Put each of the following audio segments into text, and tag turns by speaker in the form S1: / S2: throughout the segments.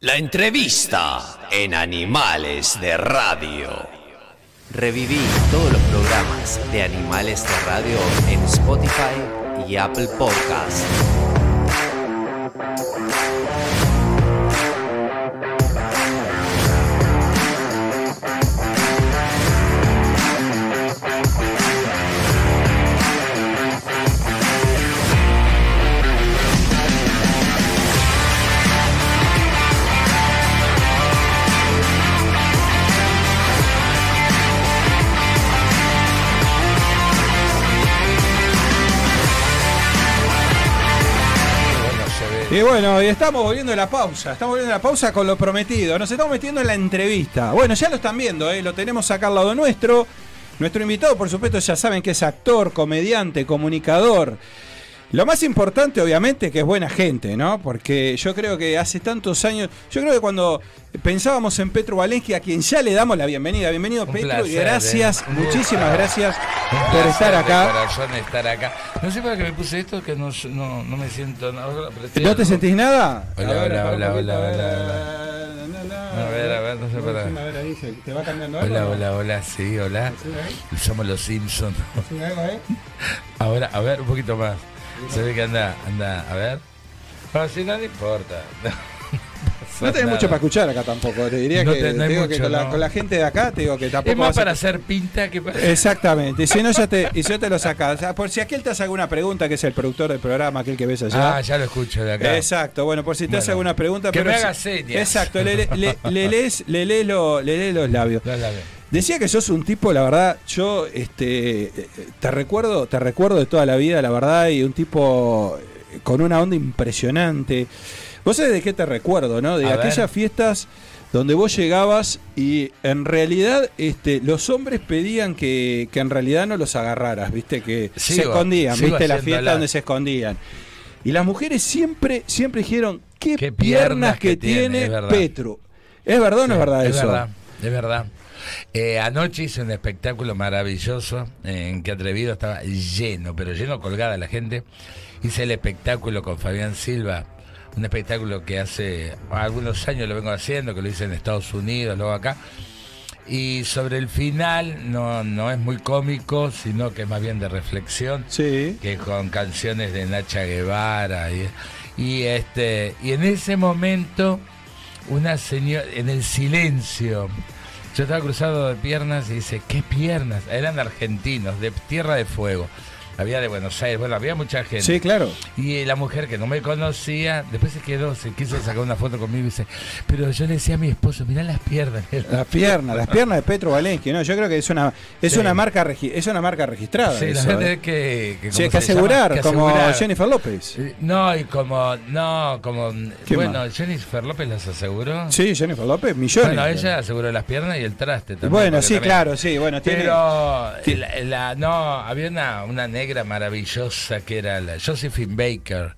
S1: La entrevista en Animales de Radio. Reviví todos los programas de Animales de Radio en Spotify y Apple Podcast.
S2: Y bueno, y estamos volviendo a la pausa, estamos volviendo a la pausa con lo prometido, nos estamos metiendo en la entrevista. Bueno, ya lo están viendo, ¿eh? lo tenemos acá al lado nuestro. Nuestro invitado, por supuesto, ya saben que es actor, comediante, comunicador. Lo más importante, obviamente, que es buena gente, ¿no? Porque yo creo que hace tantos años, yo creo que cuando pensábamos en Petro Valensky, a quien ya le damos la bienvenida, bienvenido
S3: Un
S2: Petro, y
S3: placer,
S2: gracias,
S3: ¿eh?
S2: muchísimas gracias
S3: Un
S2: por
S3: placer
S2: estar
S3: de
S2: acá.
S3: Ah, corazón estar acá. No sé para qué me puse esto, que no, no, no me siento nada. pero estoy-
S2: ¿No te sentís nada?
S3: Hola,
S2: A ver,
S3: hola,
S2: para un
S3: hola,
S2: poquito,
S3: hola,
S2: a ver,
S3: hola,
S2: na, na,
S3: A ver, a ver, no sé
S2: Vamos
S3: para-
S2: encima, a ver, ahí se- ¿Te va cambiando algo?
S3: Hola, hola, hola, sí, hola. Somos los Simpsons.
S2: ¿Sí, algo, eh?
S3: Ahora, a ver, un poquito más. Se ve que anda, anda, a ver. Ah, sí, no le importa. No, pasa
S2: No tenés
S3: nada.
S2: mucho para escuchar acá tampoco. Te diría
S3: No
S2: que,
S3: te- no hay
S2: te digo que
S3: mucho,
S2: con, la,
S3: no.
S2: con la gente de acá, te digo que tampoco.
S3: Es más
S2: vas a- Eh,
S3: para hacer pinta que para.
S2: Exactamente, y si no, ya te, y si no te lo sacás. Ah, Por si aquel te hace alguna pregunta, que es el productor del programa, aquel que ves allá.
S3: Ah, ya lo escucho de acá.
S2: Exacto, bueno, por si te
S3: Bueno,
S2: hace alguna pregunta.
S3: que
S2: pero
S3: me
S2: si-
S3: haga señas.
S2: Exacto, le, le- le lees, le, lees lo- le lees los labios.
S3: Dale, dale.
S2: Decía que sos un tipo, la verdad, yo este, eh, te recuerdo, te recuerdo de toda la vida, la verdad, y un tipo eh, con una onda impresionante. Vos sabés de qué te recuerdo, ¿no? De
S3: A ver.
S2: aquellas fiestas donde vos llegabas y en realidad este, los hombres pedían que, que en realidad no los agarraras, ¿viste? Que se
S3: Sigo,
S2: escondían,
S3: sigo
S2: ¿viste? La
S3: haciéndola.
S2: fiesta donde se escondían. Y las mujeres siempre, siempre dijeron, qué,
S3: Qué
S2: piernas,
S3: piernas
S2: que,
S3: que tiene,
S2: tiene,
S3: es verdad.
S2: Petro. ¿Es verdad o no es verdad
S3: es
S2: eso?
S3: Verdad, es verdad. Eh, anoche hice un espectáculo maravilloso eh, en que atrevido estaba lleno, pero lleno colgada la gente. Hice el espectáculo con Fabián Silva, un espectáculo que hace algunos años lo vengo haciendo, que lo hice en Estados Unidos, luego acá. Y sobre el final no, no es muy cómico, sino que es más bien de reflexión
S2: Sí.
S3: que con canciones de Nacha Guevara y, y, este y en ese momento una señora en el silencio yo estaba cruzado de piernas y dice qué piernas eran argentinos de Tierra de Fuego había de Buenos Aires bueno había mucha gente
S2: Sí, claro.
S3: y eh, la mujer que no me conocía, después se quedó, se quiso sacar una foto conmigo y dice, pero yo le decía a mi esposo, mirá las piernas.
S2: Las piernas, las piernas de Petro Valensky, ¿no? Yo creo que es una, es
S3: Sí.
S2: una marca regi- es una marca registrada.
S3: Sí, la
S2: eso,
S3: verdad
S2: ¿eh?
S3: es que... que
S2: Sí, hay
S3: ¿cómo
S2: que
S3: se llama?
S2: asegurar,
S3: Que
S2: como
S3: asegurar.
S2: Jennifer López.
S3: Eh, No, y como, no, como,
S2: ¿Qué
S3: bueno,
S2: más?
S3: Jennifer López las aseguró.
S2: Sí, Jennifer López, millones.
S3: bueno, ella aseguró las piernas y el traste también.
S2: Bueno,
S3: porque
S2: sí,
S3: también-
S2: claro, sí, bueno, tiene.
S3: Pero,
S2: ti-
S3: la, la- no, había una, una negra maravillosa que era la Josephine Baker,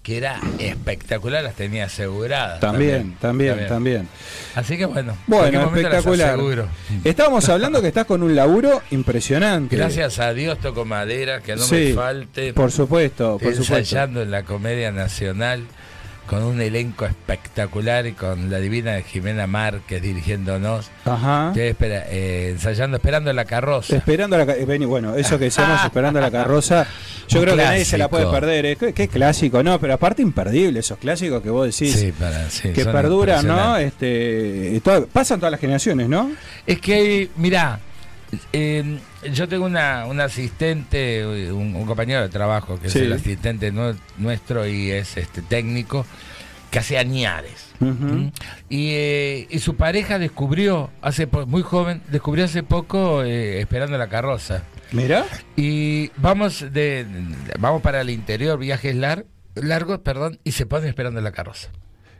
S3: que era espectacular, las tenía aseguradas.
S2: También, también, también.
S3: Así que bueno, en
S2: Bueno,
S3: cualquier momento las
S2: espectacular.
S3: aseguro.
S2: Estábamos hablando que estás con un laburo impresionante.
S3: Gracias a Dios toco madera, que no
S2: Sí,
S3: me falte.
S2: Por supuesto, por supuesto.
S3: ensayando en la Comedia Nacional con un elenco espectacular y con la divina Jimena Márquez dirigiéndonos.
S2: Ajá.
S3: Estoy espera- eh, ensayando, esperando la carroza.
S2: Esperando la ca- eh, vení, bueno, eso que hicimos esperando la carroza, yo
S3: Un
S2: creo que nadie se la puede
S3: clásico.
S2: perder, ¿eh? qué, qué clásico, no, pero aparte imperdible esos clásicos que vos decís.
S3: Sí, para- sí,
S2: que
S3: son
S2: perduran, ¿no?
S3: impresionantes.
S2: Este, todo- pasan todas las generaciones, ¿no?
S3: Es que, hay- mirá, eh, yo tengo una, un asistente, un, un compañero de trabajo que
S2: Sí.
S3: es el asistente nue- nuestro y es este técnico, que hace añares. ¿Mm? Y, eh, y su pareja descubrió, hace po- muy joven, descubrió hace poco eh, Esperando la Carroza.
S2: Mira,
S3: Y vamos de vamos para el interior, viajes lar- largos, perdón, y se ponen Esperando la Carroza.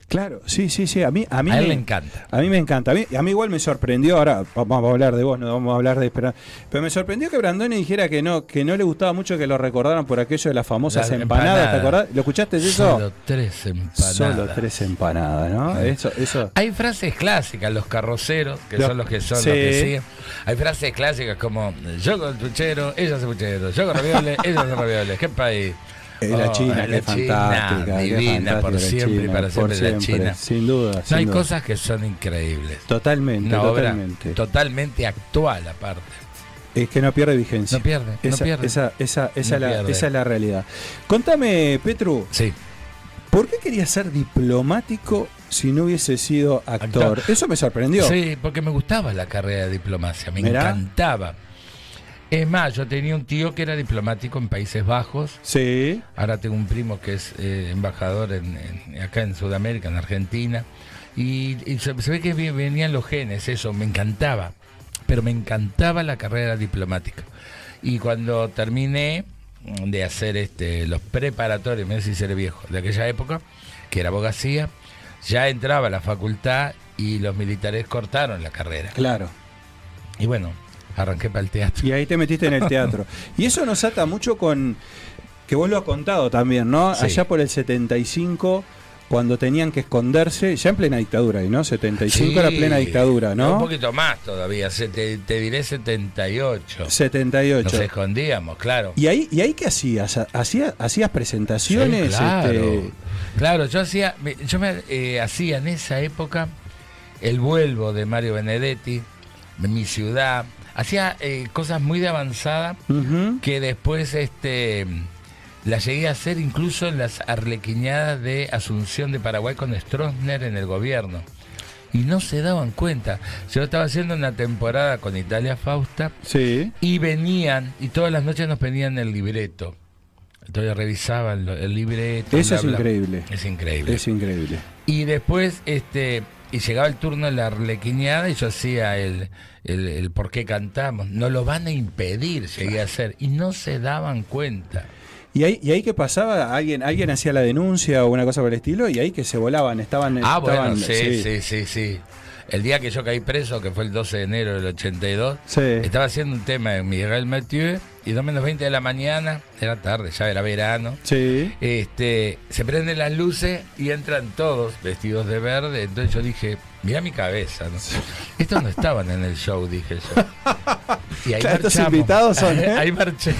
S2: claro, sí, sí, sí, a mí, a mí
S3: A él
S2: me-
S3: le encanta.
S2: A mí me encanta, a mí, a mí igual me sorprendió, ahora vamos a hablar de vos, no vamos a hablar de Esperanza, pero me sorprendió que Brandoni dijera que no, que no le gustaba mucho que lo recordaran por aquello de las famosas
S3: Las
S2: empanadas, ¿te
S3: empanadas.
S2: acordás? ¿Lo escuchaste de eso?
S3: Solo tres empanadas.
S2: Solo tres empanadas, ¿no?
S3: Sí.
S2: Eso, eso.
S3: Hay frases clásicas, los carroceros, que
S2: Los-
S3: son los que son
S2: sí.
S3: los que siguen. Hay frases clásicas como yo con el puchero, ella hace puchero, yo con ravioles, ella hace ravioles, qué país.
S2: Eh, la
S3: Oh,
S2: China,
S3: la
S2: que es
S3: China,
S2: fantástica. que es
S3: divina,
S2: fantástica
S3: por
S2: la
S3: siempre y
S2: China,
S3: para
S2: por
S3: siempre la China.
S2: Sin duda.
S3: No
S2: sin
S3: hay
S2: duda.
S3: cosas que son increíbles.
S2: Totalmente,
S3: Una obra
S2: totalmente.
S3: totalmente actual aparte.
S2: es que no pierde vigencia.
S3: No pierde, no
S2: Esa,
S3: pierde.
S2: Esa, esa, esa,
S3: No
S2: la-
S3: pierde.
S2: esa es la realidad. Contame, Petru,
S3: Sí.
S2: ¿por qué querías ser diplomático si no hubiese sido actor?
S3: Actor.
S2: Eso me sorprendió.
S3: Sí, porque me gustaba la carrera de diplomacia, me
S2: Mirá.
S3: encantaba. Es más, yo tenía un tío que era diplomático en Países Bajos.
S2: Sí.
S3: Ahora tengo un primo que es eh, embajador en- en- acá en Sudamérica, en Argentina. Y, y se, se ve que vi- venían los genes, eso, me encantaba. Pero me encantaba la carrera diplomática. Y cuando terminé de hacer este, los preparatorios, me si ser viejo, de aquella época, que era abogacía, ya entraba a la facultad y los militares cortaron la carrera.
S2: Claro.
S3: Y bueno, arranqué para el teatro.
S2: Y ahí te metiste en el teatro. Y eso nos ata mucho con. que vos lo has contado también, ¿no?
S3: Sí.
S2: Allá por el 75, cuando tenían que esconderse, ya en plena dictadura, ¿y no? 75 era
S3: Sí,
S2: plena dictadura, ¿no?
S3: Un poquito más todavía, se- te, te diré 78. Nos
S2: 78.
S3: escondíamos, claro.
S2: ¿Y ahí, ¿Y ahí qué hacías? ¿Hacías, hacías
S3: Sí,
S2: presentaciones?
S3: claro.
S2: Este,
S3: Claro, yo hacía, me- yo me eh, hacía en esa época el vuelvo de Mario Benedetti, de mi ciudad, hacía eh, cosas muy de avanzada
S2: ujú.
S3: que después este la llegué a hacer incluso en las arlequiñadas de Asunción de Paraguay con Stroessner en el gobierno. Y no se daban cuenta. Yo estaba haciendo una temporada con Italia Fausta
S2: Sí.
S3: y venían, y todas las noches nos pedían el libreto. Entonces revisaban lo- el libreto.
S2: Eso
S3: bla,
S2: es
S3: bla.
S2: increíble.
S3: Es increíble.
S2: Es increíble.
S3: Y después, este, y llegaba el turno de la arlequiñada y yo hacía el, el, el por qué cantamos. No lo van a impedir, llegué a hacer. Y no se daban cuenta.
S2: ¿Y ahí, ¿Y ahí qué pasaba? ¿Alguien, alguien hacía la denuncia o una cosa por el estilo? ¿Y ahí que se volaban? Estaban.
S3: Ah, bueno,
S2: estaban-
S3: sí, sí, sí, sí. El día que yo caí preso, que fue el 12 de enero del 82,
S2: Sí.
S3: estaba haciendo un tema en Miguel Mathieu y 2 menos 20 de la mañana, era tarde, ya era verano.
S2: Sí.
S3: Este, se prenden las luces y entran todos vestidos de verde. Entonces yo dije, mira mi cabeza. ¿no? Estos no estaban en el show, dije yo. Y ahí
S2: Claro, estos
S3: marchamos.
S2: invitados son, ¿eh?
S3: Ahí marché.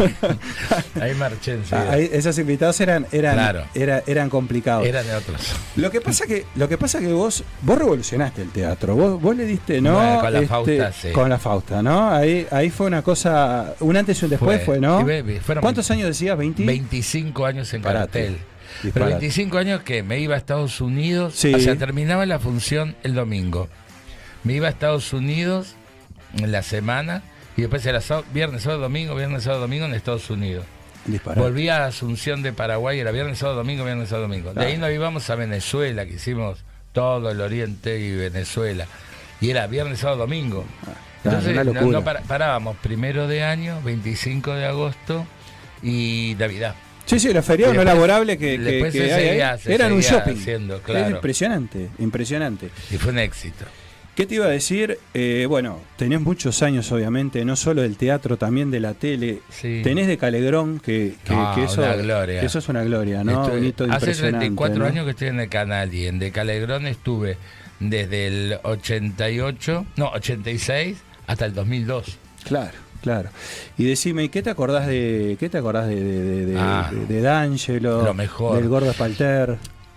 S3: Ahí marché enseguida.
S2: Ah, ahí esos invitados eran, eran,
S3: Claro.
S2: era- eran complicados.
S3: Eran de otros.
S2: Lo que pasa que, lo que pasa que vos, vos revolucionaste el teatro, vos, vos le diste, ¿no? Este,
S3: Bueno, con la Fausta, sí.
S2: Con la Fausta, ¿no? Ahí, ahí fue una cosa, un antes y un después fue,
S3: Fue,
S2: ¿no?
S3: y ve- fueron
S2: ¿Cuántos años decías? ¿20?
S3: 25 años en
S2: Disparate,
S3: cartel. Pero
S2: disparate.
S3: 25 años que me iba a Estados Unidos.
S2: Sí.
S3: O sea, terminaba la función el domingo. Me iba a Estados Unidos en la semana y después era sábado- viernes, sábado, domingo, viernes, sábado, domingo en Estados Unidos.
S2: Disparate.
S3: Volví a Asunción de Paraguay, era viernes, sábado, domingo, viernes, sábado, domingo.
S2: Ah.
S3: De ahí nos íbamos a Venezuela, que hicimos todo el oriente y Venezuela. Y era viernes, sábado, domingo.
S2: claro,
S3: Entonces
S2: Ah, una
S3: no-
S2: locura.
S3: no para- parábamos primero de año, 25 de agosto y Navidad.
S2: Sí, sí, los feriados
S3: Y
S2: no
S3: después-
S2: laborables que, que-
S3: después
S2: que
S3: se
S2: hay ahí
S3: seguía- se
S2: eran un
S3: seguía
S2: shopping.
S3: haciendo,
S2: Era
S3: claro.
S2: impresionante, impresionante.
S3: Y fue un éxito.
S2: ¿Qué te iba a decir? Eh, bueno, tenés muchos años, obviamente, no solo del teatro, también de la tele.
S3: Sí.
S2: Tenés de Calegrón, que, que-
S3: Ah,
S2: que eso,
S3: una gloria.
S2: que eso es una gloria, Ah, ¿no?
S3: Estuve-
S2: Un hito
S3: hace
S2: impresionante,
S3: 34
S2: ¿no?
S3: años que estoy en el canal y en De Calegrón estuve desde el 88, no, 86 hasta el 2002.
S2: Claro, claro. Y decime, ¿qué te acordás de qué te acordás de, de, de- de-
S3: Ah,
S2: de- de D'Angelo?
S3: lo mejor.
S2: Del Gordo Espalter.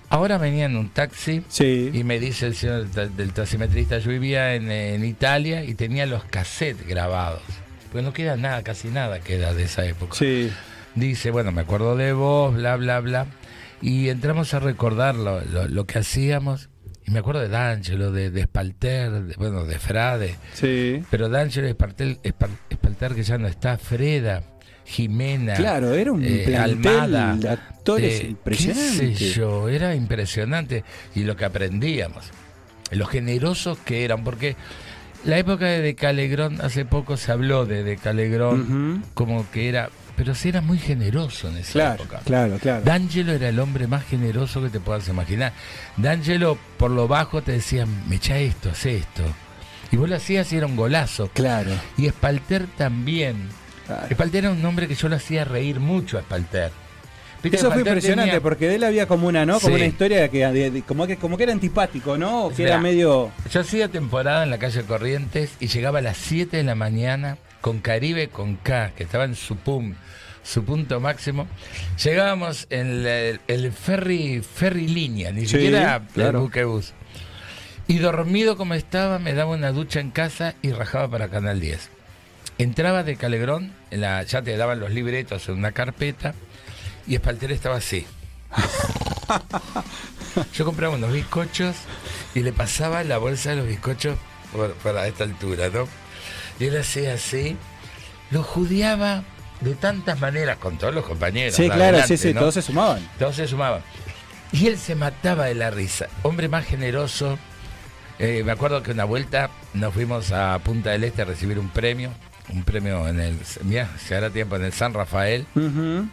S3: Ahora venía en un taxi
S2: Sí.
S3: y me dice el señor ta- del taximetrista, yo vivía en, eh, en Italia y tenía los cassettes grabados. Porque no queda nada, casi nada queda de esa época.
S2: Sí.
S3: Dice, bueno, me acuerdo de vos, bla, bla, bla. Y entramos a recordar lo, lo- lo que hacíamos. Y me acuerdo de D'Angelo, de, de Spalter, de- bueno, de Frade.
S2: Sí.
S3: Pero D'Angelo Spalter, Spal- Spalter, que ya no está, Freda, Jimena.
S2: Claro, era un
S3: Eh,
S2: plantel de actores impresionante.
S3: qué sé yo, era impresionante. Y lo que aprendíamos, los generosos que eran, porque la época de De Calegrón, hace poco se habló de De Calegrón,
S2: Ujú.
S3: como que era, pero sí era muy generoso en esa
S2: Claro,
S3: época.
S2: claro, claro.
S3: D'Angelo era el hombre más generoso que te puedas imaginar. D'Angelo, por lo bajo, te decían, me echa esto, haz esto. Y vos lo hacías y era un golazo.
S2: Claro.
S3: Y Spalter también.
S2: claro.
S3: Spalter era un hombre que yo lo hacía reír mucho a Spalter. Viste que
S2: Eso fue
S3: Spalter
S2: impresionante
S3: tenía-
S2: porque de él había como una, ¿no? Como
S3: Sí.
S2: una historia que de- de- como que como que era antipático, ¿no? O que era
S3: Mirá.
S2: medio
S3: Yo hacía temporada en la calle Corrientes y llegaba a las 7 de la mañana con Caribe con K, que estaba en su pum. su punto máximo. Llegábamos en la- el ferry, ferry línea, ni
S2: Sí,
S3: siquiera
S2: claro.
S3: el buquebús. Y dormido como estaba, me daba una ducha en casa y rajaba para Canal 10. Entraba de Calegrón, en la, ya te daban los libretos en una carpeta, y Espalter estaba así. Yo compraba unos bizcochos y le pasaba la bolsa de los bizcochos por- para esta altura, ¿no? Y él hacía así, lo judiaba de tantas maneras con todos los compañeros.
S2: Sí, claro, sí,
S3: adelante,
S2: sí,
S3: ¿no?
S2: todos se sumaban.
S3: Todos se sumaban. Y él se mataba de la risa. Hombre más generoso. Eh, me acuerdo que una vuelta nos fuimos a Punta del Este a recibir un premio. Un premio en el. Mira, se hará tiempo en el San Rafael
S2: Ujú.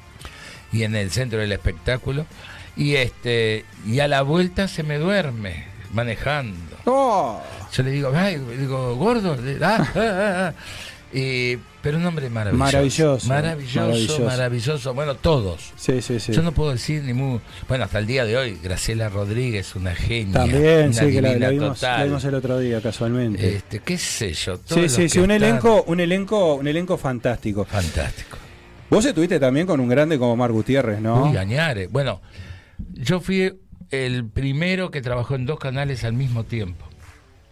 S3: y en el centro del espectáculo. Y este. Y a la vuelta se me duerme, manejando.
S2: Oh,
S3: Yo le digo, ay, le digo, gordo. le- ah, ah, ah, ah". Y- pero un hombre maravilloso.
S2: Maravilloso,
S3: Maravilloso,
S2: maravilloso.
S3: maravilloso. Bueno, todos.
S2: sí, sí, sí.
S3: Yo no puedo decir ni muy. Bueno, hasta el día de hoy, Graciela Rodríguez, una genia.
S2: También,
S3: una
S2: sí, que la,
S3: divina
S2: la vimos, la
S3: total.
S2: vimos el otro día casualmente.
S3: Este, qué sé yo, todo
S2: sí, sí, sí, un elenco, un elenco, un elenco fantástico.
S3: Fantástico.
S2: Vos estuviste también con un grande como Mar Gutiérrez, ¿no?
S3: Uy, Añare. Bueno, yo fui el primero que trabajó en dos canales al mismo tiempo.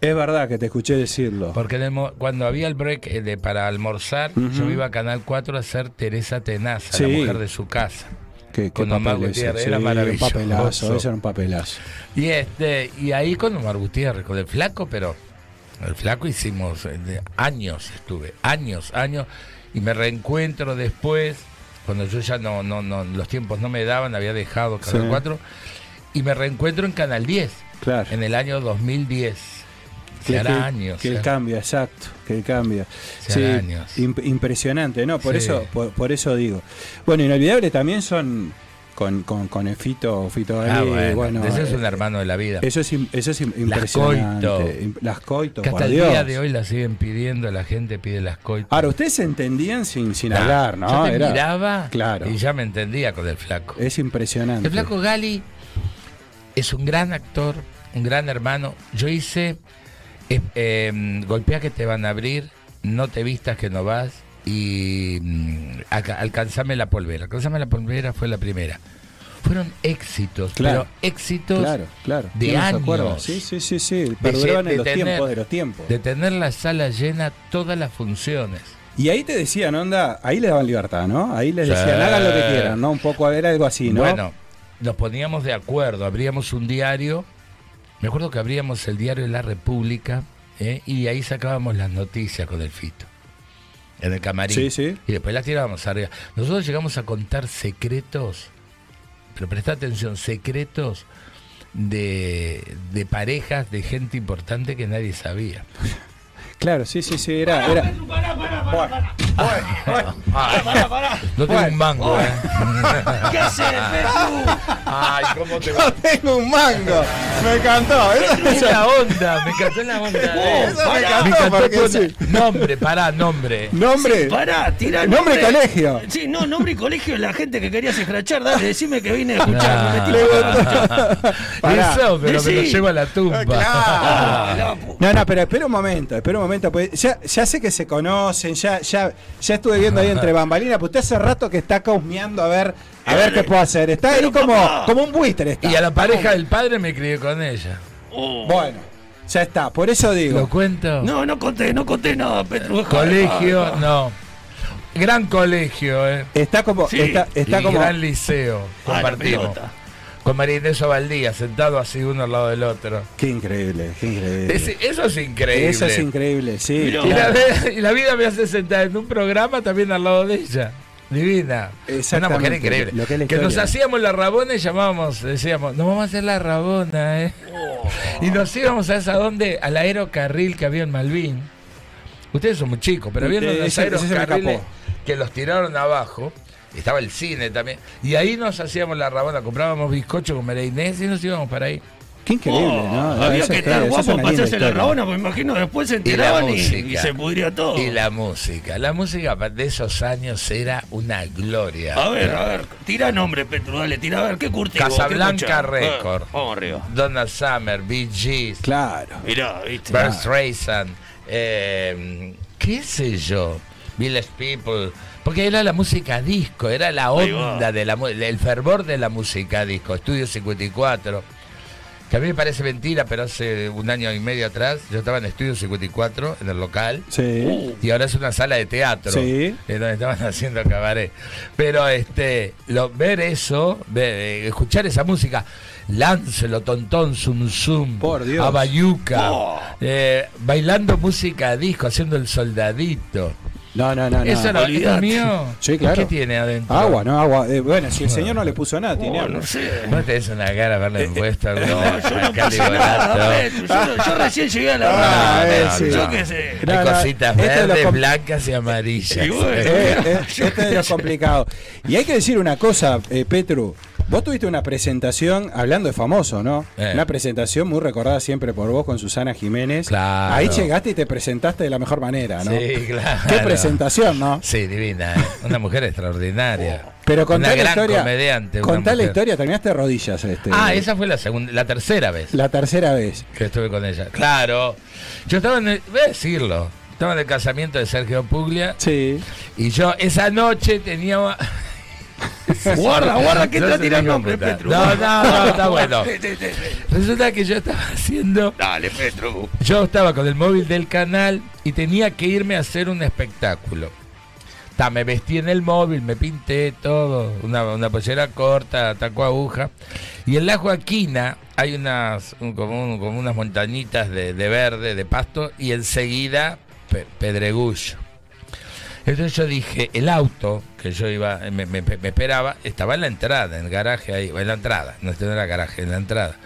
S2: es verdad que te escuché decirlo.
S3: Porque en el mo- cuando había el break eh, de, para almorzar, yo iba a Canal 4 a hacer Teresa Tenaza,
S2: Sí.
S3: la mujer de su casa.
S2: Que que
S3: con Omar
S2: papel ese,
S3: Gutiérrez,
S2: sí,
S3: era maravilloso.
S2: Un papelazo, eso era un papelazo.
S3: Y este y ahí con Omar Gutiérrez, con el flaco, pero el flaco hicimos eh, de- años, estuve, años, años, y me reencuentro después, cuando yo ya no, no, no, los tiempos no me daban, había dejado Canal
S2: Sí.
S3: 4, y me reencuentro en Canal 10,
S2: Claro.
S3: en el año 2010.
S2: Que,
S3: Se hará
S2: que-
S3: años. eh.
S2: que
S3: se
S2: él
S3: hará-
S2: cambia, exacto, que él cambia.
S3: Se hará años.
S2: imp- impresionante, ¿no? Por
S3: Sí.
S2: eso por, por eso digo. Bueno, inolvidable también son con, con, con el Fito, Fito
S3: Ah,
S2: Gali,
S3: bueno, ese es
S2: eh,
S3: un hermano de la vida.
S2: Eso es, im- eso es im-
S3: Las
S2: impresionante.
S3: coito.
S2: Im- Las coito,
S3: que
S2: por
S3: hasta el
S2: Dios.
S3: día de hoy la siguen pidiendo, la gente pide las coitas. Ah,
S2: Ahora, ustedes se entendían sin, sin hablar, ¿no?
S3: Yo te
S2: Era-
S3: miraba
S2: Claro.
S3: y ya me entendía con el flaco.
S2: Es impresionante.
S3: El Flaco Gali es un gran actor, un gran hermano. Yo hice eh, eh, Golpea que te van a abrir, No te vistas que no vas y mm, Alca- Alcanzame la polvera. Alcanzame la polvera fue la primera. Fueron éxitos,
S2: Claro.
S3: pero éxitos
S2: Claro, claro.
S3: de
S2: Estamos
S3: años.
S2: Sí, sí, sí, sí.
S3: de
S2: Perduraban
S3: se-
S2: en
S3: de
S2: los
S3: tener-
S2: tiempos de los tiempos.
S3: De tener la sala llena todas las funciones.
S2: Y ahí te decían, onda, ahí le daban libertad, ¿no? Ahí les
S3: Sí.
S2: decían, hagan lo que quieran, ¿no? Un poco, era algo así, ¿no?
S3: Bueno, nos poníamos de acuerdo, abríamos un diario. Me acuerdo que abríamos el diario de la República ¿eh? y de ahí sacábamos las noticias con el fito. En el camarín.
S2: Sí, sí.
S3: Y después las tirábamos arriba. Nosotros llegamos a contar secretos, pero presta atención, secretos de, de parejas, de gente importante que nadie sabía.
S2: Claro, sí, sí, sí, era... era...
S3: No tengo
S2: Bueno.
S3: un mango, ¿eh?
S1: ¿Qué haces,
S3: Ay, cómo te
S2: No tengo un mango. Me encantó. Eso,
S3: Es la onda, me encantó la onda. eh.
S2: eso me
S3: Me
S2: encantó
S3: encantó
S2: porque
S3: tu
S2: sí.
S3: nombre, pará, nombre.
S2: Nombre.
S4: Pará, tira el
S2: Nombre y colegio.
S4: Sí, no, nombre y colegio es la gente que querías escrachar. Dale, decime que vine a escuchar.
S3: Ah.
S2: Le botó. Pará.
S3: Eso, pero me lo
S4: Decí.
S3: llevo a la tumba.
S2: Claro.
S4: La pu-
S2: No, no, pero espera un momento, espera un momento. Pues ya, ya sé que se conocen, ya, ya, ya estuve viendo ahí entre bambalinas, pero usted hace rato que está cosmeando a ver, a ver qué puedo hacer. Está ahí como, como un buitre. está.
S3: Y a la pareja del padre me crié con ella.
S4: Oh.
S2: Bueno, ya está, por eso
S3: ¿Lo
S2: digo.
S3: cuento?
S4: No, no conté, no conté nada, Petru.
S3: Colegio, no. Gran colegio, eh.
S2: Está como,
S4: Sí,
S2: está, está
S3: y
S2: como.
S3: gran liceo,
S4: Ah, la
S3: compartimos.
S4: pelota.
S3: Con María Inés Ovaldía, sentado así uno al lado del otro.
S2: Qué increíble, qué increíble.
S3: Es- eso es increíble.
S2: Eso es increíble, sí.
S4: Mirá.
S3: Y la,
S2: claro.
S3: ve- y la vida me hace sentar en un programa también al lado de ella. Divina. Una
S2: Exactamente,
S3: mujer increíble.
S2: lo que es la
S3: que nos
S2: historia.
S3: hacíamos la rabona y llamábamos, decíamos, nos vamos a hacer la rabona, ¿eh?
S2: Oh.
S3: Y nos íbamos a esa donde, al aerocarril que había en Malvin. Ustedes son muy chicos, pero había
S2: Eh,
S3: unos
S2: ese- ese se me
S3: aerocarriles
S2: escapó.
S3: que los tiraron abajo. Estaba el cine también. Y ahí nos hacíamos la rabona, comprábamos bizcocho con María Inés y nos íbamos para ahí.
S2: Qué increíble, ¿no? No,
S4: Oh, había
S2: eso
S4: que
S2: es claro,
S4: estar
S2: eso es
S4: guapo
S2: una
S4: para
S2: linda
S4: hacerse la
S2: historia.
S4: rabona, porque imagino después se enteraban y,
S3: música.
S4: y se pudría
S2: Oh.
S4: todo.
S3: Y la música. La música de esos años era una gloria.
S4: A ver, a ver, tira nombre, Petru, dale, tira a ver, ¿qué curte
S3: Casablanca Record.
S4: Vamos arriba.
S3: Donna Summer, Bee Gees,
S2: Claro.
S4: Mirá, viste.
S3: Bert Streisand, eh, qué em, sé yo. Village People. Porque era la música disco, era la
S5: Ahí va.
S3: onda, de la, mu- el fervor de la música disco. Estudio 54. Que a mí me parece mentira, pero hace un año y medio atrás yo estaba en Estudio 54, en el local.
S2: Sí.
S3: Y ahora es una sala de teatro.
S2: Sí.
S3: Es donde estaban haciendo cabaret. Pero este, lo, ver eso, ve- eh, escuchar esa música, Lancelo, Tontón, Zum Zum,
S2: Por Dios.
S3: Abayuca,
S5: Oh.
S3: eh, bailando música a disco, haciendo el soldadito.
S2: No, no, no. no.
S3: eso no,
S5: olvidate.
S3: ¿es mío.
S2: Sí, claro.
S3: ¿Qué tiene adentro?
S2: Agua, no, agua. Eh, bueno, si el señor no le puso nada, tiene
S5: Oh,
S2: agua.
S5: no sé.
S3: Vos tenés una cara
S2: Eh,
S3: haberle puesto algo.
S5: no, yo
S4: No pasa nada, Beto, yo, no- yo recién llegué a la
S2: Ah,
S4: radio.
S2: eh, sí.
S4: Yo qué sé.
S2: No,
S3: Hay
S2: no,
S3: cositas
S2: esto es lo
S3: verdes,
S2: com-
S3: blancas y amarillas.
S5: Y bueno.
S2: Eh, eh, esto es lo complicado. Y hay que decir una cosa, eh, Petru. Vos tuviste una presentación, hablando de famoso, ¿no?
S3: Eh.
S2: Una presentación muy recordada siempre por vos con Susana Jiménez.
S3: Claro.
S2: Ahí llegaste y te presentaste de la mejor manera, ¿no?
S3: Sí, claro.
S2: Qué presentación, ¿no?
S3: Sí, divina. ¿eh? Una mujer extraordinaria.
S2: Pero contá
S3: una
S2: la
S3: gran
S2: historia.
S3: comediante. una
S2: contá la
S3: mujer.
S2: historia, terminaste de rodillas. Este,
S3: Ah, esa fue la segunda, la tercera vez
S2: La tercera vez.
S3: que estuve con ella. Claro. Yo estaba en el, voy a decirlo. Estaba en el casamiento de Sergio Puglia
S2: Sí.
S3: y yo esa noche tenía
S4: Guarda, guarda, que
S3: No
S4: te va a
S3: se
S4: tirar
S3: diga
S4: nombre,
S3: puta.
S4: Petru.
S3: No, no, no, está bueno.
S4: Te- te- te- te-
S3: Resulta que yo estaba haciendo
S5: Dale, Petru.
S3: Yo estaba con el móvil del canal y tenía que irme a hacer un espectáculo. Ta, me vestí en el móvil, me pinté todo, una, una pollera corta, taco aguja. Y en la Joaquina hay unas, un- como, un- como unas montañitas de, de verde, de pasto, y enseguida pe- pedregullo. Entonces yo dije, el auto que yo iba, me, me- me esperaba, estaba en la entrada, en el garaje ahí, en la entrada, no era garaje, en la entrada.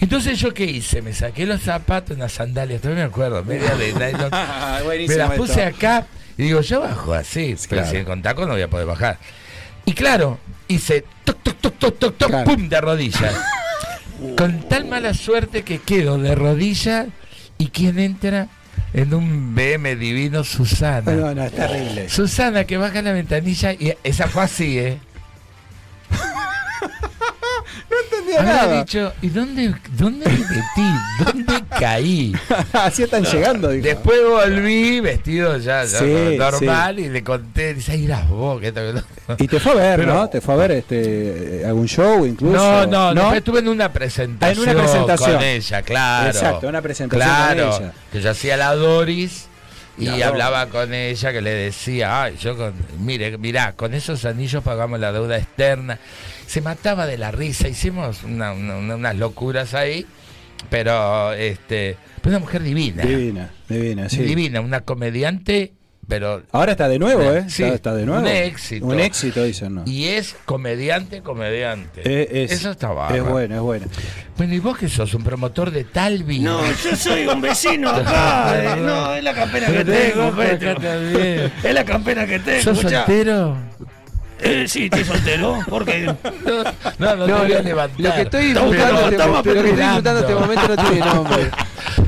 S3: Entonces yo qué hice, me saqué los zapatos, unas sandalias, todavía me acuerdo, media de nylon, me las puse acá y digo, yo bajo así, pero
S2: Claro.
S3: si con taco no voy a poder bajar. Y claro, hice toc, toc, toc, toc, toc, toc,
S2: Claro.
S3: pum, de rodillas. con tal mala suerte que quedo de rodillas y quién entra en un BM divino, Susana.
S2: No, no, es terrible.
S3: Susana que baja la ventanilla y esa fue así, ¿eh? Había dicho, ¿y dónde, dónde me metí? ¿Dónde caí?
S2: Así están llegando, dijo.
S3: Después volví vestido ya, ya
S2: Sí,
S3: normal y le conté, dice, ahí irás vos, que
S2: Y te fue a ver,
S3: Pero-
S2: ¿no? Te fue a ver este, eh, algún show incluso.
S3: No, no, no, estuve en una presentación.
S2: Ah, en una presentación.
S3: Con ella, claro.
S2: Exacto, una presentación
S3: Claro,
S2: con ella.
S3: que yo hacía la Doris y
S2: La Doris.
S3: hablaba con ella, que le decía, ay, yo con, mire, mirá, con esos anillos pagamos la deuda externa. Se mataba de la risa, hicimos una- una- una- unas locuras ahí, pero este, pero una mujer divina.
S2: Divina, divina, sí.
S3: Divina, una comediante, pero
S2: Ahora está de nuevo, ¿eh?
S3: Sí,
S2: está, está de nuevo.
S3: un éxito.
S2: Un éxito, dicen, ¿no?
S3: y es comediante, comediante.
S2: Ah. Eh, es-
S3: Eso está
S2: Es
S3: bárbaro.
S2: bueno, es bueno.
S3: Bueno, ¿y vos que sos? ¿Un promotor de Talvi?
S4: No, yo soy un vecino acá. eh, No, es la campera que tengo, Petru.
S3: también.
S4: Es la campera que tengo,
S3: ¿Sos
S4: escuchá.
S3: soltero?
S4: Eh, sí, estoy soltero. Porque
S3: No, no, no, te voy a levantar.
S6: Lo que estoy
S4: Estamos
S6: disfrutando, este,
S4: estamos
S6: lo que estoy disfrutando en este
S3: mirando.
S6: momento no tiene nombre.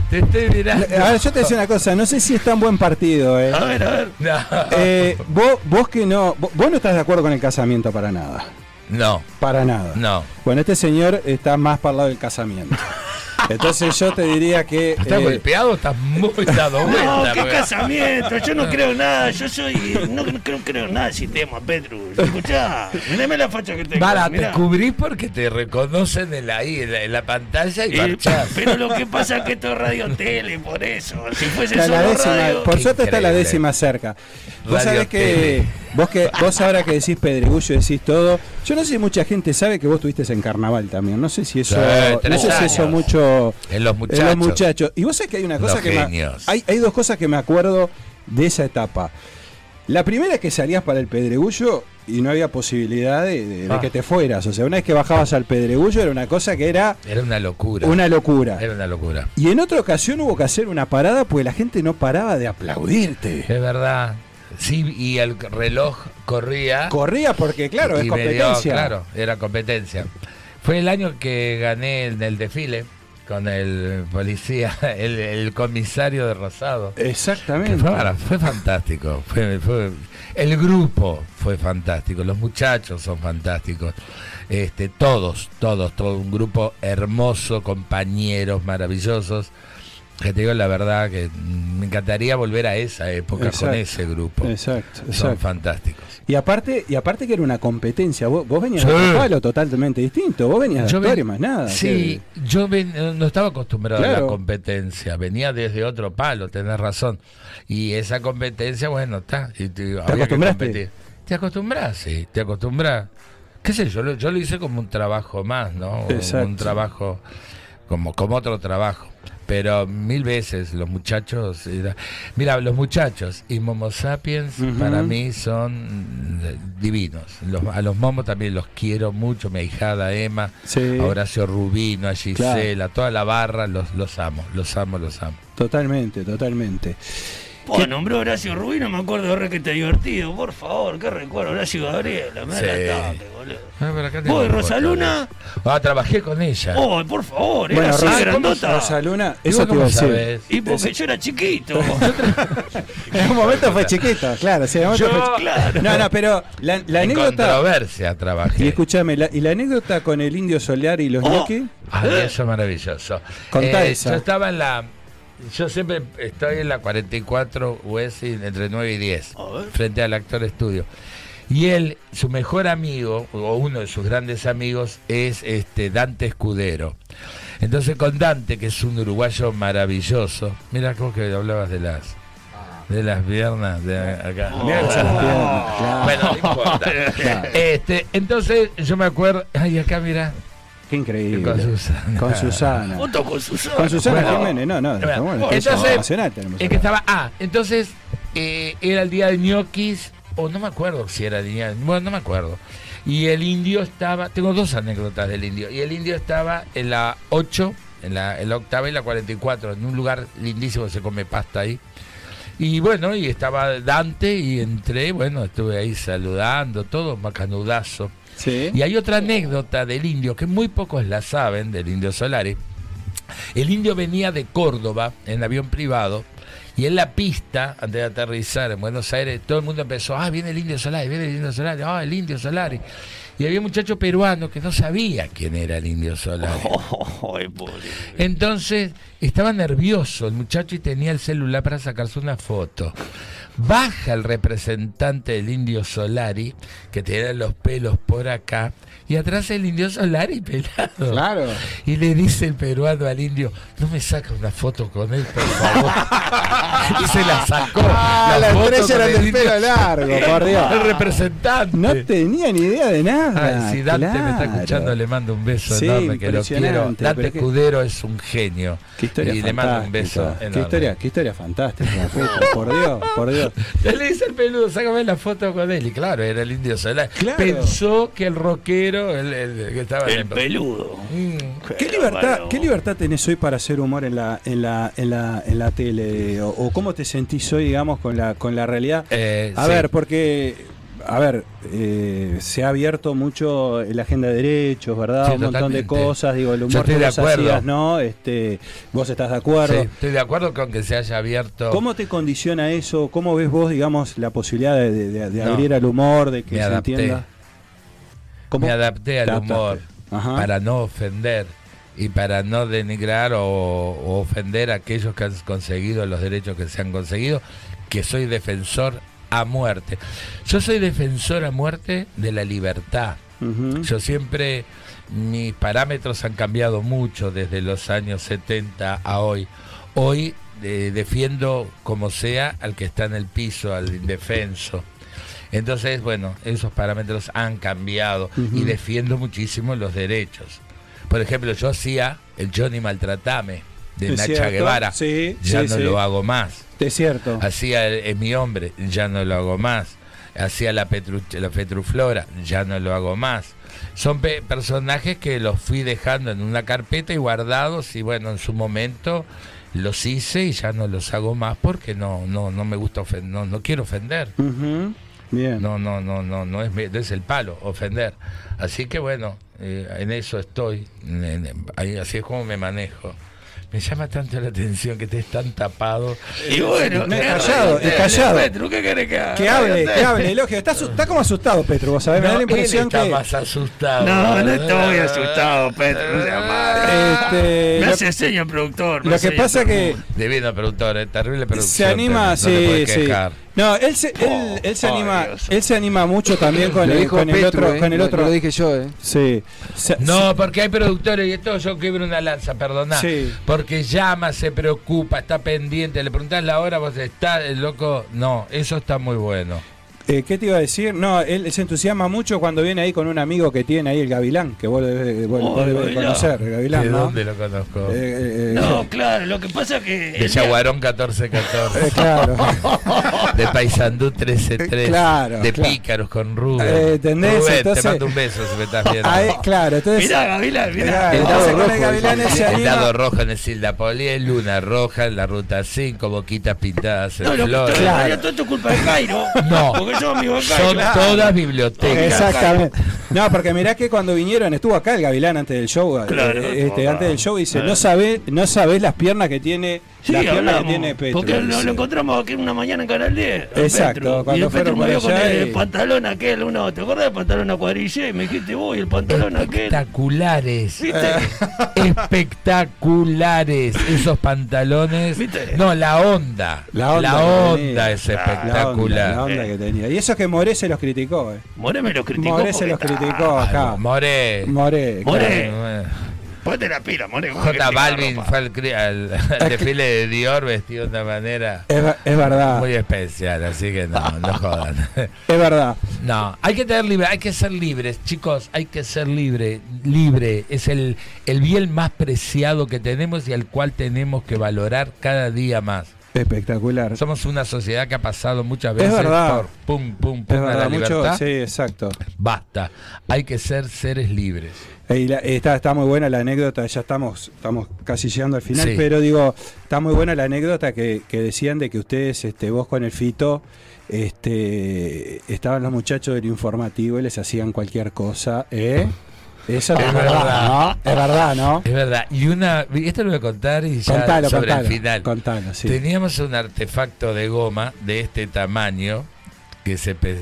S3: Te estoy mirando.
S2: Eh, A ver, yo te decía una cosa, no sé si es tan buen partido, ¿eh?
S4: A ver, a ver.
S3: No.
S2: Eh, vos, vos que no, vos, vos no estás de acuerdo con el casamiento para nada.
S3: no,
S2: Para nada.
S3: no.
S2: Bueno, este señor está más para el lado del casamiento. Entonces yo te diría que.
S3: ¿Estás
S2: eh,
S3: golpeado? ¿Estás muy dado
S4: No,
S3: vuelta?
S4: qué
S3: porque-
S4: casamiento, yo no creo nada, yo soy. No, no creo, creo nada del sistema, Petru. Escuchá, mirame la facha que tengo.
S3: Para, te
S4: mirá.
S3: cubrís porque te reconocen en la, ahí, en la, en la pantalla y
S4: Eh,
S3: marchás.
S4: pero lo que pasa es que esto es radio tele, por eso. Si fuese
S2: Está
S4: solo
S2: la décima,
S4: radio.
S2: por suerte está la
S3: Increíble.
S2: décima cerca. Vos
S3: Radio
S2: sabés que
S3: Tele.
S2: vos, que vos ahora que decís pedregullo, decís todo. Yo no sé si mucha gente sabe que vos estuviste en carnaval también. No sé si eso,
S3: Sí,
S2: no
S3: tres
S2: sé si eso
S3: años.
S2: mucho
S3: En los
S2: en
S3: muchachos.
S2: los muchachos. Y vos sabés que hay una cosa
S3: Los
S2: que me-
S3: genios.
S2: hay, hay dos cosas que me acuerdo de esa etapa. La primera es que salías para el pedregullo y no había posibilidad de, de- de
S3: Ah.
S2: que te fueras. O sea, una vez que bajabas al pedregullo era una cosa que era
S3: Era una locura.
S2: una locura.
S3: Era una locura.
S2: Y en otra ocasión hubo que hacer una parada porque la gente no paraba de aplaudirte.
S3: Es verdad. Sí, y el reloj corría.
S2: Corría porque, claro, es
S3: Y me dio-
S2: competencia.
S3: claro, era competencia. Fue el año que gané en el desfile con el policía, el, el comisario de Rosado. Que
S2: Exactamente.
S3: Fue, ahora, fue fantástico. fue- fue- el grupo fue fantástico. Los muchachos son fantásticos. Este, todos, todos, todo un grupo hermoso, compañeros maravillosos. que te digo la verdad, que mm, me encantaría volver a esa época
S2: Exacto.
S3: con ese grupo.
S2: Exacto,
S3: Son
S2: exacto.
S3: fantásticos.
S2: Y aparte, y aparte que era una competencia. Vos, vos venías
S3: Sí.
S2: de otro palo totalmente distinto. Vos venías de
S3: Yo
S2: actor y
S3: ven-
S2: más nada.
S3: Sí, yo ven- eh, no estaba acostumbrado a
S2: Claro.
S3: la competencia, venía desde otro palo, tenés razón. Y esa competencia, bueno, está. y te, había que
S2: acostumbraste?
S3: competir. Te acostumbras, sí, te acostumbras. Qué sé yo, lo- yo lo hice como un trabajo más, ¿no?
S2: Exacto.
S3: Un trabajo, como, como otro trabajo. Pero mil veces los muchachos. era- Mira, los muchachos y Momo Sapiens
S2: Ujú.
S3: para mí son mm, divinos. Los- a los momos también los quiero mucho, mi ahijada Emma
S2: que- Sí,
S3: a Horacio Rubino, a Gisela, toda la barra, los, los amo, los amo, los amo.
S2: totalmente, totalmente.
S4: Pô, nombró Horacio Rubino, me acuerdo ahora que te divertido, por favor, qué recuerdo, Horacio Gabriela, me da
S3: Sí.
S4: la tarde, boludo.
S3: Ah, pero acá
S4: Vos,
S3: tengo
S4: Rosaluna.
S3: fotos. Ah, trabajé con ella.
S4: Oh, por favor, era así
S2: Rosa-
S4: grandota.
S2: Rosaluna,
S3: ¿Y vos
S2: eso te
S3: cómo
S2: iba a decir.
S3: sabés?
S4: Y porque yo era chiquito.
S2: En un momento fue chiquito, claro. sí, en un momento fue chiquito.
S4: claro.
S2: No, no, pero la, la
S3: En
S2: anécdota.
S3: controversia trabajé.
S2: Y escúchame, la, y la anécdota con el indio solar y los
S4: Oh.
S2: ñoquis.
S3: Ah, eso es maravilloso.
S2: ¿Eh?
S3: Eh,
S2: Contá esa.
S3: Yo estaba en la. Yo siempre estoy en la 44 US entre 9 y 10,
S4: A ver.
S3: frente al actor estudio. Y él, su mejor amigo, o uno de sus grandes amigos, es este Dante Escudero. Entonces con Dante, que es un uruguayo maravilloso, mira vos que hablabas de las de las piernas de acá.
S4: Oh.
S2: Mirá esas piernas, claro.
S3: Bueno, no importa. Este, entonces yo me acuerdo, ay acá mira,
S2: Qué increíble.
S3: Con Susana.
S2: Con Susana.
S4: Junto con Susana.
S2: Con Susana
S3: Bueno.
S2: Jiménez, no, no. estamos en
S3: Bueno,
S2: la
S3: entonces,
S2: televisión nacional tenemos
S3: Es
S2: acá.
S3: que estaba. Ah, entonces eh, era el día de ñoquis, o no me acuerdo si era el día. Bueno, no me acuerdo. Y el indio estaba. Tengo dos anécdotas del indio. Y el indio estaba en la 8, en la, en la octava y la 44, en un lugar lindísimo que se come pasta ahí. Y bueno, y estaba Dante y entré, bueno, estuve ahí saludando, todo macanudazo.
S2: Sí.
S3: Y hay otra anécdota del indio, que muy pocos la saben, del indio Solari. El indio venía de Córdoba en avión privado y en la pista, antes de aterrizar en Buenos Aires, todo el mundo empezó, ah, viene el indio Solari, viene el indio Solari, ah, el indio Solari. Y había un muchacho peruano que no sabía quién era el indio Solari.
S4: Ay, pobre.
S3: Entonces estaba nervioso el muchacho y tenía el celular para sacarse una foto. Baja el representante del indio Solari, que tenía los pelos por acá, y atrás el indio Solari pelado.
S2: Claro.
S3: Y le dice el peruano al indio, no me saca una foto con él, por favor. y se la sacó.
S2: Ah, la
S3: foto
S2: estrella
S3: con
S2: era del
S3: indio
S2: pelo largo, por Dios.
S3: El representante.
S2: No tenía ni idea de nada.
S3: Ay, si Ah, Dante me está
S2: Ah, claro.
S3: escuchando, le mando un beso
S2: Sí,
S3: enorme, que lo quiero.
S2: impresionante,
S3: Dante
S2: pero qué-
S3: Escudero es un genio.
S2: Qué historia
S3: y le
S2: fantástica.
S3: mando un beso
S2: Qué
S3: enorme.
S2: historia, qué historia fantástica, Pepo, por Dios, por Dios.
S3: Le dice el peludo, sácame la foto con él. Y claro, era el indio Solari.
S2: Claro.
S3: Pensó que el rockero, el, el que estaba en
S4: El peludo.
S3: Mm.
S2: ¿Qué libertad, ¿Qué libertad tenés hoy para hacer humor en la, en la, en la, en la tele? O, o cómo te sentís hoy, digamos, con la, con la realidad?
S3: Eh,
S2: A
S3: sí.
S2: ver, porque, a ver, eh, se ha abierto mucho la agenda de derechos, ¿verdad?
S3: Sí,
S2: Un montón de
S3: totalmente.
S2: cosas, digo, el
S3: Yo
S2: humor
S3: estoy
S2: que
S3: de
S2: vos
S3: acuerdo.
S2: hacías, ¿no? Este, vos estás de
S3: Sí,
S2: acuerdo.
S3: estoy de acuerdo con que se haya abierto.
S2: ¿Cómo te condiciona eso? ¿Cómo ves vos, digamos, la posibilidad de, de- de- de
S3: No.
S2: abrir al humor, de que
S3: Me
S2: se
S3: adapté.
S2: entienda? ¿Cómo?
S3: Me adapté al
S2: Adaptaste.
S3: humor
S2: Ajá.
S3: para no ofender y para no denigrar o, o ofender a aquellos que han conseguido los derechos que se han conseguido, que soy defensor a muerte. Yo soy defensor a muerte de la libertad.
S2: Ujú.
S3: Yo siempre, mis parámetros han cambiado mucho desde los años 70 a hoy. Hoy eh, defiendo como sea al que está en el piso, al indefenso. Entonces, bueno, esos parámetros han cambiado y
S2: Ujú.
S3: defiendo muchísimo los derechos. Por ejemplo, yo hacía el Johnny Maltratame de
S2: Es
S3: Nacha
S2: cierto,
S3: Guevara.
S2: sí,
S3: ya
S2: sí,
S3: no
S2: sí.
S3: lo hago más.
S2: Es cierto.
S3: Hacía el- Es mi hombre, ya no lo hago más. Hacía la, Petru- la Petruflora, ya no lo hago más. Son pe- personajes que los fui dejando en una carpeta y guardados y bueno, en su momento los hice y ya no los hago más porque no no no me gusta ofen- no, no quiero ofender.
S2: Ujú. Bien.
S3: No, no, no, no, no es, mi- no es el palo, ofender. Así que bueno, eh, en eso estoy. en- en- ahí- así es como me manejo. Me llama tanto la atención que estés tan tapado. Y
S2: bueno,
S3: bueno,
S2: no,
S3: eh,
S2: callado,
S3: eh,
S2: eh, callado.
S3: Petru, ¿qué querés que haga?
S2: Que hable,
S3: Eh,
S2: que hable, elogio. Está, asu- está como asustado, Petro, vos sabés, me da
S3: No,
S2: la
S3: él
S2: impresión
S3: está
S2: que.
S3: más asustado.
S4: No, no estoy asustado, Petro. no sea malo.
S2: Este,
S4: Me
S2: lo-
S4: hace seña el productor. me
S2: lo
S4: hace
S2: que
S4: seña el
S2: pasa que
S3: Divino productor, eh, terrible productor.
S2: se anima,
S3: no te
S2: sí,
S3: puedes
S2: sí.
S3: quejar.
S2: No, él se, él, él se
S4: Oh,
S2: anima,
S4: Dios.
S2: él se anima mucho también con
S6: Lo
S2: el,
S6: dijo
S2: con el
S6: Petru,
S2: otro,
S6: eh.
S2: con el
S6: Lo-
S2: otro.
S6: Lo dije yo, ¿eh?
S2: Sí. Se-
S3: No, porque hay productores, y esto yo quebro una lanza, perdoná.
S2: Sí.
S3: Porque llama, se preocupa, está pendiente, le preguntás la hora, vos estás, el loco. No, eso está muy bueno.
S2: Eh, ¿Qué te iba a decir? No, él se entusiasma mucho cuando viene ahí con un amigo que tiene ahí, el Gavilán, que vos debes, vos-
S4: Oh,
S2: vos debes
S4: el
S2: conocer, el Gavilán,
S3: ¿De
S2: ¿no?
S3: dónde lo conozco?
S2: Eh, eh, eh,
S4: No, claro, lo que pasa que.
S3: de Yaguarón 1414.
S2: eh, claro.
S3: De Paisandú 1313.
S2: Claro,
S3: de
S2: claro.
S3: Pícaros con Rubén.
S2: Eh, ¿entendés?
S3: Rubén,
S2: Entonces-
S3: te mando un beso si me estás viendo.
S2: Ahí, eh, claro, entonces.
S4: Mirá, Gavilán, mirá.
S2: Mirá,
S6: el
S2: entonces
S6: dado
S2: con el
S6: rojo,
S2: Gavilán
S6: dice.
S2: se
S3: El
S2: anima.
S3: dado rojo en el Silda Poliel, Luna Roja, en la Ruta 5, Boquitas Pintadas en
S4: No, lo que
S3: Flores.
S4: estoy
S2: Claro.
S4: hablando, todo esto es culpa de Cairo.
S3: No.
S4: Porque yo amigo de Cairo.
S3: Son todas bibliotecas.
S2: Exactamente. No, porque mirá que cuando vinieron, estuvo acá el Gavilán antes del show. eh,
S4: Claro,
S2: eh, este,
S4: no,
S2: antes del show dice,
S4: no.
S2: no sabés, no sabés las piernas que tiene,
S4: Sí,
S2: las piernas que
S4: hablamos,
S2: tiene Petro.
S4: porque lo,
S2: dice.
S4: lo encontramos aquí una mañana en Canal 10. a
S2: Exacto,
S4: Petro,
S2: cuando
S4: y el
S2: fueron
S4: Petro me
S2: para
S4: vio con
S2: allá
S4: el
S2: y-
S4: pantalón aquel, uno, ¿te acordás del pantalón a cuadrilla? Y me dijiste vos, y el pantalón aquel.
S3: Espectaculares.
S4: ¿Viste?
S3: espectaculares esos pantalones.
S4: ¿Viste?
S3: No, la onda.
S2: La onda que tenía.
S3: onda es
S4: La onda,
S2: La onda, la
S3: espectacular.
S2: onda que tenía. Y eso que Moré se los criticó, eh.
S4: More me lo criticó.
S2: Moré se
S4: porque
S2: los
S4: está-
S2: criticó acá.
S3: Ay, More.
S2: Moré.
S4: More.
S2: claro.
S3: Bueno.
S4: Ponte la pila, More. ¿cómo que
S3: J
S4: te
S3: Balvin
S4: ropa?
S3: fue al, cri- al- al desfile de Dior vestido de una manera
S2: Es, ver- es verdad,
S3: muy especial, así que no, no jodan.
S2: es verdad.
S3: No, hay que tener libre, hay que ser libres, chicos, hay que ser libre, libre. Es el, el bien más preciado que tenemos y al cual tenemos que valorar cada día más.
S2: Espectacular.
S3: Somos una sociedad que ha pasado muchas
S2: Es
S3: veces
S2: verdad.
S3: por pum, pum, pum
S2: Es
S3: a la
S2: verdad, mucho.
S3: libertad.
S2: Sí, exacto.
S3: Basta, hay que ser seres libres.
S2: Y la- está, está muy buena la anécdota, ya estamos, estamos casi llegando al final,
S3: Sí.
S2: pero digo, está muy buena la anécdota que, que decían de que ustedes, este, vos con el fito, este, estaban los muchachos del informativo y les hacían cualquier cosa, ¿eh? Eso es, verdad,
S3: verdad.
S2: ¿no? Es verdad, ¿no?
S3: Es verdad, y una, y esto lo voy a contar y ya
S2: Contalo,
S3: sobre
S2: contalo.
S3: el final.
S2: Contalo, sí.
S3: Teníamos un artefacto de goma de este tamaño, que se pe-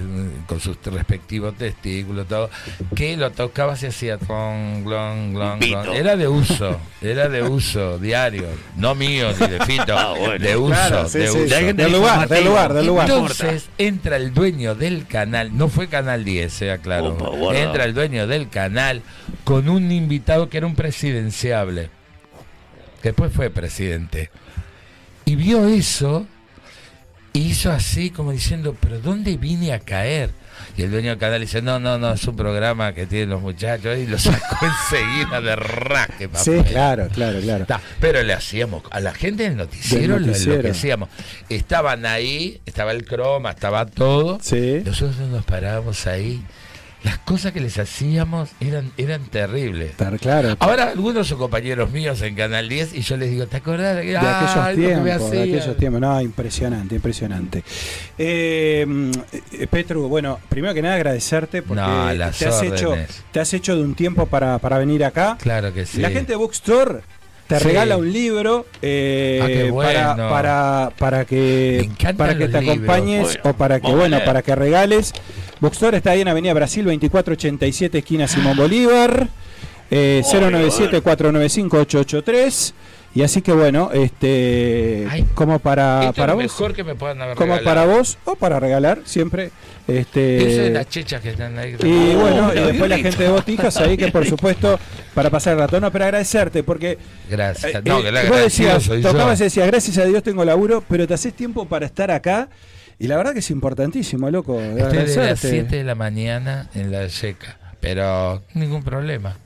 S3: con sus respectivos testículos, todo, que lo tocabas y hacía clon, clon, clon,
S4: Pito.
S3: clon. Era de uso, era de uso diario, no mío ni de Fito,
S4: Ah, bueno.
S3: de uso,
S2: Claro, sí,
S3: de
S2: sí.
S3: uso.
S2: Del lugar, del lugar, del lugar.
S3: Entonces entra el dueño del canal, no fue Canal 10, sea claro.
S4: Opa, guarda.
S3: entra el dueño del canal con un invitado que era un presidenciable. Después fue presidente. Y vio eso y hizo así como diciendo, pero ¿dónde vine a caer? Y el dueño del canal dice, no, no, no, es un programa que tienen los muchachos y lo sacó enseguida de raque, papá.
S2: Sí, claro, claro, claro.
S3: Ta, pero le hacíamos, a la gente del noticiero,
S2: Del
S3: lo-
S2: noticiero.
S3: lo que hacíamos. Estaban ahí, estaba el croma, estaba todo.
S2: Sí.
S3: Nosotros nos parábamos ahí. Las cosas que les hacíamos eran, eran terribles.
S2: Está claro.
S3: Ahora algunos son compañeros míos en Canal 10 y yo les digo, ¿te acordás de,
S2: De aquellos tiempos, de aquellos tiempos. No, impresionante, impresionante. Eh, mm, eh, Petru, bueno, primero que nada agradecerte porque
S3: No, las
S2: te, has
S3: órdenes.
S2: hecho, te has hecho de un tiempo para, para venir acá.
S3: Claro que sí.
S2: La gente de Bookstore te
S3: Sí.
S2: regala un libro eh,
S3: Ah, qué
S2: para,
S3: bueno.
S2: para, para
S3: Me
S2: que,
S3: encantan
S2: para que
S3: los
S2: te
S3: libros.
S2: acompañes
S4: Bueno,
S2: o para que,
S4: vamos a
S2: bueno,
S4: leer.
S2: para que regales. Bookstore está ahí en Avenida Brasil 2487, esquina Simón Bolívar, eh,
S4: Oh, bueno.
S2: 097-495-883. Y así que bueno, este
S3: Ay,
S2: como para,
S3: Esto
S2: para
S3: es
S2: vos,
S3: lo mejor que me puedan haber
S2: como para
S3: regalado.
S2: vos o para regalar siempre.
S3: Eso de
S2: Este,
S3: las chechas que están ahí.
S2: y
S4: Oh,
S2: bueno, y
S4: mira,
S2: después la
S4: bien rico.
S2: gente de Botijas ahí que por supuesto para pasar el ratón, no, pero agradecerte porque
S3: Gracias.
S2: eh,
S3: no,
S2: eh,
S3: que la
S2: vos
S3: agradecido
S2: decías,
S3: soy yo.
S2: tocabas y decías, gracias a Dios tengo laburo, pero te haces tiempo para estar acá y la verdad que es importantísimo, loco,
S3: Estoy desde las
S2: agradecerte.
S3: 7 de la mañana en la seca, pero ningún problema.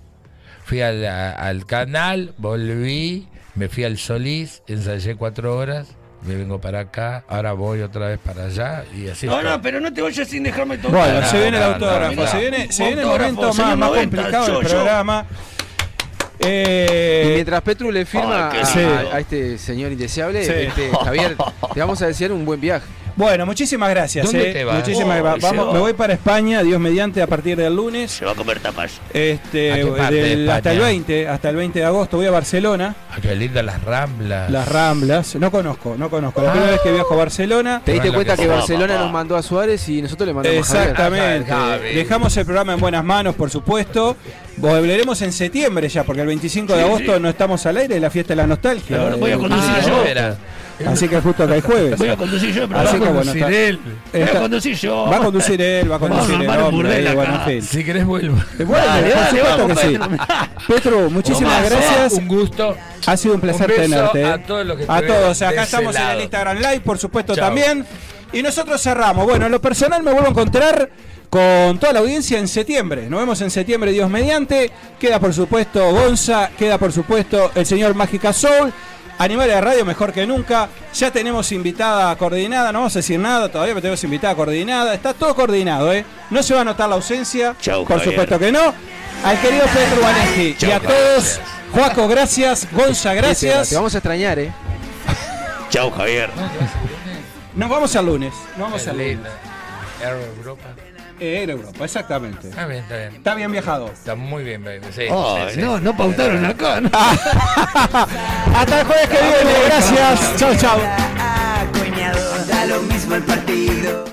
S3: Fui al, a- al canal, volví, me fui al Solís, ensayé cuatro horas, me vengo para acá, ahora voy otra vez para allá y así.
S4: No,
S3: estoy.
S4: no, pero no te vayas sin dejarme tocar.
S2: Bueno,
S3: No,
S2: se viene el
S3: no,
S2: autógrafo,
S3: no, no.
S2: se viene, se viene el
S4: Autógrafo,
S2: momento más,
S4: señor
S2: más
S4: 90,
S2: complicado
S4: yo,
S2: del
S4: yo.
S2: programa.
S6: Y
S2: Eh,
S6: mientras Petru le firma
S4: Ay, qué
S6: a,
S2: lindo.
S6: a- a este señor indeseable,
S2: Sí.
S6: este, Javier, te vamos a desear un buen viaje.
S2: Bueno, muchísimas gracias.
S3: ¿Dónde
S2: eh.
S3: te vas?
S2: Muchísimas
S3: Oh,
S2: gra-
S3: se
S2: vamos-
S3: va.
S2: me voy para España, Dios mediante, a partir del lunes.
S4: Se va a comer tapas.
S2: Este,
S3: ¿A qué parte de
S2: del- hasta el
S3: España?
S2: 20, hasta el 20 de agosto voy a Barcelona,
S3: Ay, qué lindo las ramblas.
S2: las Ramblas. No conozco, no conozco. La primera vez que viajo a Barcelona.
S5: Te diste
S3: Bueno,
S5: cuenta
S3: que
S5: que,
S4: sí.
S5: Barcelona
S4: Papá.
S5: nos mandó a Suárez y nosotros le mandamos a Javier.
S2: Exactamente.
S3: Javier. Javi.
S2: Dejamos el programa en buenas manos, por supuesto. Volveremos en septiembre ya, porque el 25 de agosto no estamos al aire, es la fiesta de la nostalgia.
S4: Ahora voy a
S2: Eh,
S4: conducir
S3: Ah,
S4: yo.
S3: espera.
S2: Así que justo acá el jueves.
S4: Voy a conducir yo, pero
S2: Así
S4: va a
S2: que bueno,
S3: Sin
S2: está-
S3: él.
S4: Voy
S2: está-
S4: a conducir yo.
S2: va a conducir él, va a
S4: Vamos a
S2: conducir el
S4: armar un
S2: hombre,
S4: burdel
S2: eh, bueno,
S4: acá.
S2: en fin.
S3: Si querés vuelvo.
S2: Bueno,
S4: Dale,
S2: por
S4: dale,
S2: supuesto
S4: vamos,
S2: que sí. Petro, muchísimas
S4: Vamos, eh.
S2: gracias.
S3: Un gusto.
S2: Ha sido un placer
S3: Un beso
S2: tenerte. eh.
S3: a todos los que
S2: A
S3: estuvieron
S2: todos.
S3: de
S2: Acá
S3: ese
S2: estamos en el
S3: lado.
S2: Instagram Live, por supuesto,
S3: Chao.
S2: también. Y nosotros cerramos. Bueno, en lo personal me vuelvo a encontrar con toda la audiencia en septiembre. Nos vemos en septiembre, Dios mediante. Queda, por supuesto, Gonza. Queda, por supuesto, el señor Mágica Soul. Animales de radio mejor que nunca. Ya tenemos invitada coordinada. No vamos a decir nada todavía, pero tenemos invitada coordinada. Está todo coordinado, ¿eh? No se va a notar la ausencia.
S4: Chau,
S2: por
S4: Javier.
S2: supuesto que no. Al querido Pedro Vanetti y
S4: Chau,
S2: a todos. Juaco, gracias. Gonza, gracias.
S5: Te vamos a extrañar, ¿eh?
S4: Chao, Javier.
S2: Nos vamos al lunes. Nos vamos
S3: Qué
S2: al lunes.
S3: lindo. Aero Europa.
S2: Eh, era Europa, exactamente.
S3: Está bien, está bien.
S2: Está bien viajado.
S3: Está muy bien, baby. Sí,
S2: Oh.
S4: Ay,
S3: sí, sí.
S4: no, no pautaron acá, ¿no?
S2: Hasta el jueves que viene. Gracias. Chao, chao.
S7: acuñado. Da lo mismo el partido.